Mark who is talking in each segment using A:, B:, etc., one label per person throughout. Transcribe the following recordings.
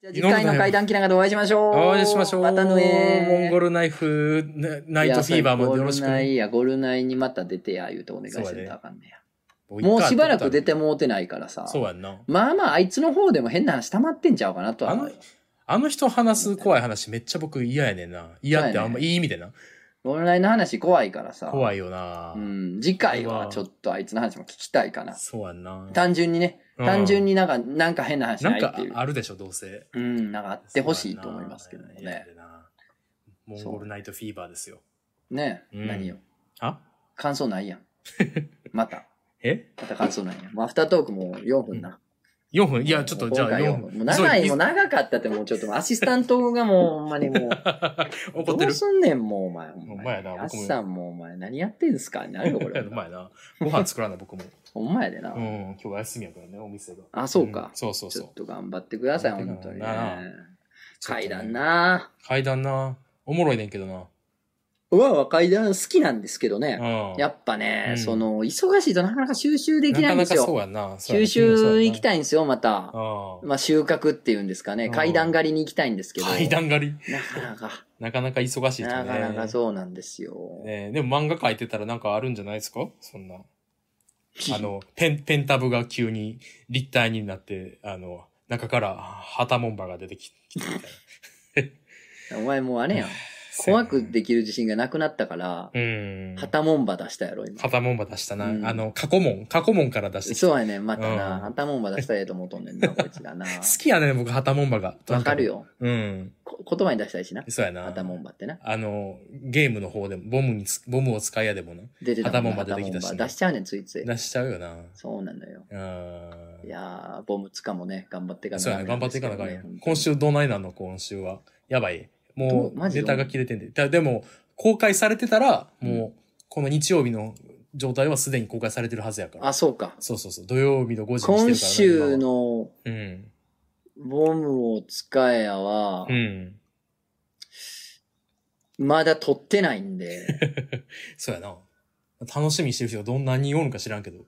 A: じゃあ次回の階段きながらお会いしましょう。
B: お会いしましょう。
A: またね。
B: モンゴルナイフ、ねナイトフィーバーもよろしく
A: いや、ゴルナイや、ゴル
B: ね。
A: ナイにまた出てや、言うてお願いせんとあかんね
B: も
A: や。もうしばらく出て
B: も。
A: もうてないからさ。
B: そうやんな。
A: まあまあ、あいつの方でも変な話溜まってんちゃうかなとは
B: あ
A: 思う
B: の。、あの人話す怖い話めっちゃ僕嫌やねんな。嫌ってあんまいい意味でな。
A: ゴルナイの話怖いからさ。
B: 怖
A: い。
B: いよな
A: う。ん、次回はちょっとあいつの話も聞きたいかな。
B: そうやんな。
A: 単純にね、
B: うん
A: 単純になんか、なんか変な話
B: な
A: なんいっ
B: か
A: ていう。
B: あるでしょ、どうせ。
A: うん、なんかあってほしいと思いますけども
B: そうやんな
A: ね。。
B: モンゴルナイトフィーバーですよ。
A: ね、
B: うん
A: 何よ。
B: あ
A: 感想ないや ん。また。
B: え
A: また感想ないやん。もうアフタートークも4分な。
B: ?4 分いや、ちょっとじゃあ
A: もう
B: 4
A: 今回
B: 分。
A: もう長いもう
B: な
A: 長かったってもうちょっとアシスタントがもうほんまにもう。
B: 怒
A: ど
B: って
A: う
B: る。
A: すんねんもうお前。ほん
B: ほんま
A: ま
B: や
A: に。
B: な
A: あっ
B: 僕も
A: さんもうお前何やってんすかなるよこれ。
B: お前な。ご飯作らな、僕も。
A: ほんまやでな
B: う。ん、今日は休みやからね、お店が。
A: あ、そうか
B: ん。そうそう
A: ち
B: そ
A: ょ
B: う
A: っ。と頑張ってください、
B: 頑張っ
A: 本
B: て
A: 当にね
B: なな。ちょっとね
A: 階段。な
B: 階段な。おもろいねんけどな。
A: うわうわ、階段好きなんですけどね。
B: うん。
A: やっぱね、
B: うん
A: その、忙しいとなかなか収集できないんです
B: なかなかそう
A: よ。
B: やな。そうや
A: 収
B: な
A: 集行き
B: い。
A: たいんですよ、また。
B: うん
A: まあ、収穫っていうんですかね。
B: うん
A: 階段狩りに行きたいんですけど。
B: 階段狩り。
A: なかなか、
B: なかなか忙しいとね。
A: なかなかそうなんですよ。
B: ねでも漫画描いてたらなんかあるんじゃないですかそんな。あの、ペン、ペンタブが急に立体になって、あの、中から旗モンバが出てききてみたいな。
A: お前もうあれやん。怖くできる自信がなくなったから、
B: うん。
A: 旗もんば出したやろ、今。
B: 旗モンバ出したな。
A: うん
B: あの、過去問、過去問から出してきた。
A: そうやねん、またな。
B: うん
A: 旗もんば出したらええと思うとんねん な、こいつがな。
B: 好きやね、僕、旗モンバが。
A: わかる。よ。
B: うん。
A: こ言葉に出したいしな。
B: そうやな。
A: 旗もんばってな。
B: あの、ゲームの方でも、ボムにつ、ボムを使いやでもな。
A: 出てた
B: 旗もんば出てきたし
A: 旗
B: な
A: もんば出しちゃうねん、ついつい。
B: 出しちゃうよな。
A: そうなのよ。
B: う
A: い。
B: ん
A: やー、ボムつかもね、頑張っていかな
B: そうやね、頑張っていかなあかん
A: い
B: よ。今。週どないなんの今週は。やばい。も
A: ど
B: う、
A: マジ
B: ネタが切れてんで。だでも、公開されてたら、
A: うん
B: もう、この日曜日の状態はすでに公開されてるはずやから。
A: あ、そうか。
B: そうそうそう。土曜日の5時
A: 今
B: にしてるか
A: 週
B: らな。
A: の
B: 今はうん。
A: ボムを使えやは
B: う、ん。
A: まだ撮ってないんで、
B: そうやな。楽しみにしてる人がどんなにおるんか知らんけど。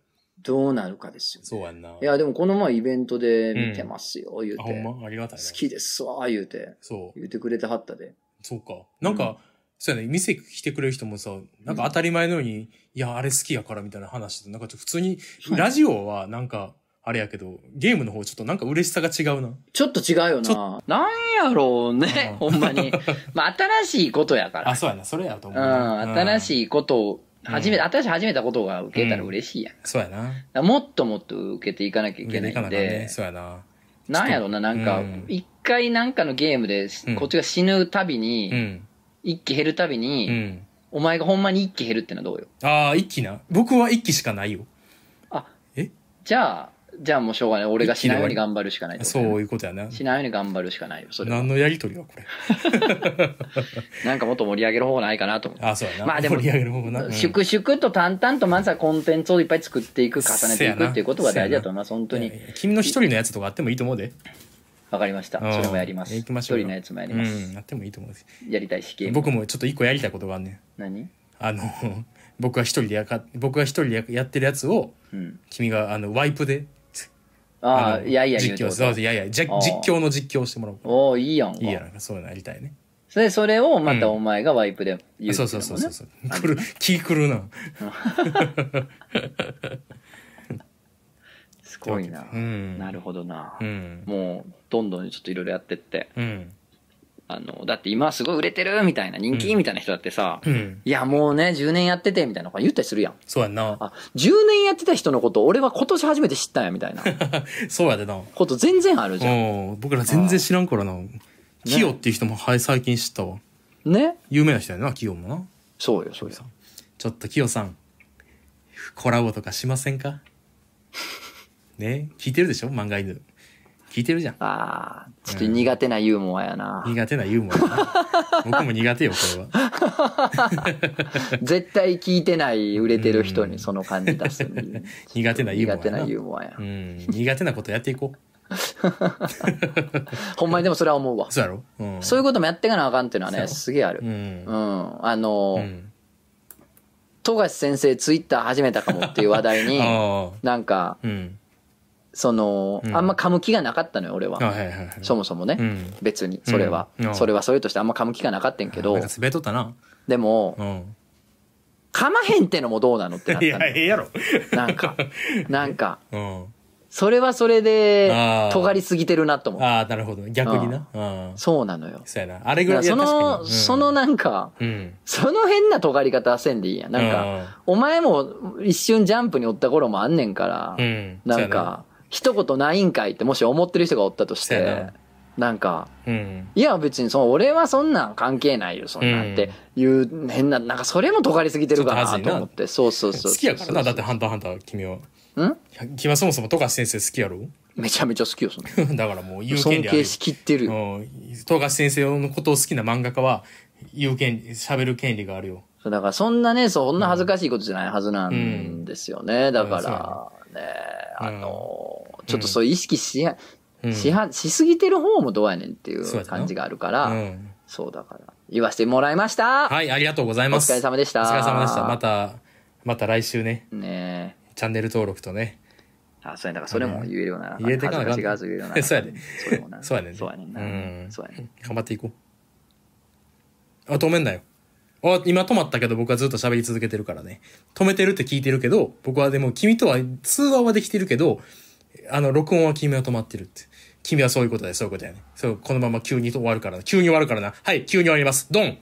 A: どうなるかですよ。
B: そうやんな。
A: いや、でもこの前イベントで見てますよ、言う
B: あ、ほ
A: て。
B: ん
A: 好
B: まありがたいな。
A: きですわ、言うて。
B: そう。
A: 言うてくれてはったで。
B: そうか。なんか、
A: うん
B: そうやね、店来てくれる人もさ、なんか当たり前のように、いや、あれ好きやからみたいな話で、なんかちょっと普通に、ラジオはなんか、あれやけど、ゲームの方ちょっとなんか嬉しさが違うな。
A: ちょっと違うよ
B: ち
A: な。なんやろうね、ほんま に。まあ、新しいことやから
B: あ、。そうやな、それやと
A: う
B: 思
A: ん、
B: うな。
A: 新
B: い。
A: しいことを、初めて、
B: う
A: 新しい始めたことが受けたら嬉しいやん。だか
B: そうやな。
A: らもっともっと受けていかなきゃい
B: 受け
A: けな
B: て
A: い
B: いかなんあかんね。
A: で、
B: そうやな。
A: なんやろうな、なんか
B: うん、
A: 一回なんかのゲームで
B: うん、
A: こっちが死ぬたび
B: う
A: に、
B: ん。
A: 一気減るたび
B: う
A: に、
B: ん。
A: お前がほんまに一気減るってのはどうよ。
B: ああ、一期な。僕は一期しかないよ。
A: じゃあ、じゃあもうしょうがない。俺がしないように頑張るしかないってこと
B: そ
A: やな
B: ういうことやな。
A: しないように頑張るしかないよ、それは
B: 何。のやりとりはこれ。
A: なんかもっと盛り上げる方法ないかなと思って。
B: あそうやな。
A: まあでも
B: 盛り上げる方法な。うん
A: 粛々と淡々とまずはコンテンツをいっぱい作っていく、重ねていくっていうことが大事だと思います。本当
B: い
A: に。
B: やいや君の一人のやつとかあってもいいと思うで。
A: わかりました。
B: うん
A: それもやります。
B: 行
A: 一
B: きましょうよ
A: 人のやつもやり
B: う
A: ます。
B: ん、あってもいいと思うで。
A: やりたいし、ゲーム。
B: 僕もちょっと一個やりたいことがあんねん。
A: 何
B: あの、 僕が一人でやか、僕が一人でややってるやつを、
A: うん。
B: 君があの、ワイプで、
A: ああ、
B: の
A: いやいや言う
B: 実
A: て
B: 況、
A: こ
B: そう
A: と
B: そういやいや、じゃ
A: あー
B: 実況の実況をしてもらおうか。
A: おおいいやんか。
B: いいやなんかそういうのやりたいね。
A: それ、それをまた
B: うん
A: お前がワイプで言うって
B: そ
A: いううのもね、
B: そうそうそうそう。くる、気くるな。
A: すごいな
B: う。ん。
A: なるほどな
B: う。ん。
A: もう、どんどんちょっといろいろやってって。
B: うん。
A: あの、だって今すごい売れてるみたいな、人気みたいな人だってさ、
B: うん。
A: いや、もうね、10年やってて、みたいなこと言ったりするやん。
B: そうやんな。
A: あ、10年やってた人のこと、俺は今年初めて知ったんや、みた いな
B: そうやでな。
A: こと全然あるじゃん。
B: お僕ら全然知らんからな。キヨっていう人も、はい、最近知ったわ。
A: ね
B: 有名な人やな、キヨもな。
A: そうよ、そうよ。
B: ちょっとキヨさん、コラボとかしませんかね聞いてるでしょ漫画犬。聞いてるじゃん。
A: ああ、ちょっと苦手なユーモアやな。
B: 苦手なユーモアだな。僕も苦手よ、これは。
A: 絶対聞いてない、売れてる人にその感じ出すのに。
B: 苦手なユーモアやな
A: 苦手なユーモアや
B: う。ん。苦手なことやっていこ
A: ほんまにでもそれは思うわ
B: う。。そうやろうん。
A: そういうこともやっていかなあかんっていうのは
B: そう
A: ね、すげえある。
B: うん
A: う。ん。あのー、
B: うん。
A: 富樫先生ツイッター始めたかもっていう話題に、
B: ああ。
A: なんか、
B: うん。
A: その、
B: うん
A: あんま噛む気がなかったのよ、俺は。
B: あはいはいはい。
A: そもそもね。
B: うん。
A: 別に、それは、
B: うんうん
A: それはそれとしてあんま噛む気がなかったんけど
B: なん、か滑っとったな。
A: でも、
B: うん。
A: 噛まへんってのもどうなのってなっ
B: い
A: た
B: や、
A: のよ。
B: ええやろ。
A: なんか、なんか、
B: うん。
A: それはそれ
B: あ
A: で
B: ー、
A: 尖りすぎてるなと思う。
B: ああ、なるほど。逆にな。うん。
A: そうなのよ。
B: そうやな。あれ
A: だ
B: ぐ
A: からら
B: い
A: そ
B: や確か
A: の、
B: に
A: その、なんか、
B: うんうん。
A: その変な尖り方せんでいいやん。なんか、
B: か、
A: お前も一瞬ジャンプにおった頃もあんねんから
B: う、ん。
A: なんか、一言ないんかいってもし思ってる人がおったとし
B: そうや
A: て
B: な、
A: なんか、
B: そうやな、うん。
A: いや別にその俺はそんなん関係ないよ、そんなんっていう変な、なんかそれも尖りすぎてるか
B: ちょっと
A: な
B: 恥ずい
A: と
B: な
A: 思って。そうそうそうそう。
B: 好きやからな、だってハンターハンター、君は。
A: ん
B: 君はそもそも富樫先生好きやろ
A: めちゃめちゃ好きよ、その。
B: だからもう言う権
A: 尊
B: 利ある
A: 敬
B: よ。
A: しきってるよ。
B: うん。富樫先生のことを好きな漫画家は、言う権利、喋る権利があるよ。
A: そうだからそんなね、そんな恥ずかしいことじゃないはずなんですよね。だから、ね、
B: うん
A: あの、ちょっとそう意識しや、
B: うん。
A: しは、しすぎてる方もどうやねんってい
B: そうや
A: う
B: な
A: 感じがあるか
B: う
A: ら、
B: ん。
A: そうだから、言わせてもらいました
B: はい、ありがとうござい
A: お
B: ます。
A: 疲れ様でした。
B: お疲れ様でした。また、また来週ね、
A: ねえ。
B: チャンネル登録とね。
A: あ、そうや、だからそれも言えるような。
B: 言えてかなあかん
A: 恥ずかしがらず言えるような。
B: そうやで
A: そうやもんな
B: そうやねんね
A: そうやねんな。
B: うん
A: そうやねん
B: 頑張っていこう。あ、止めんなよ。あ、今止まったけど僕はずっと喋り続けてるからね。止めてるって聞いてるけど、僕はでも君とは通話はできてるけど、あの、録音は君は止まってるって。君はそういうことだよ、そういうことだよね。そう、このまま急に終わるからな。急に終わるからな。はい、急に終わります。ドン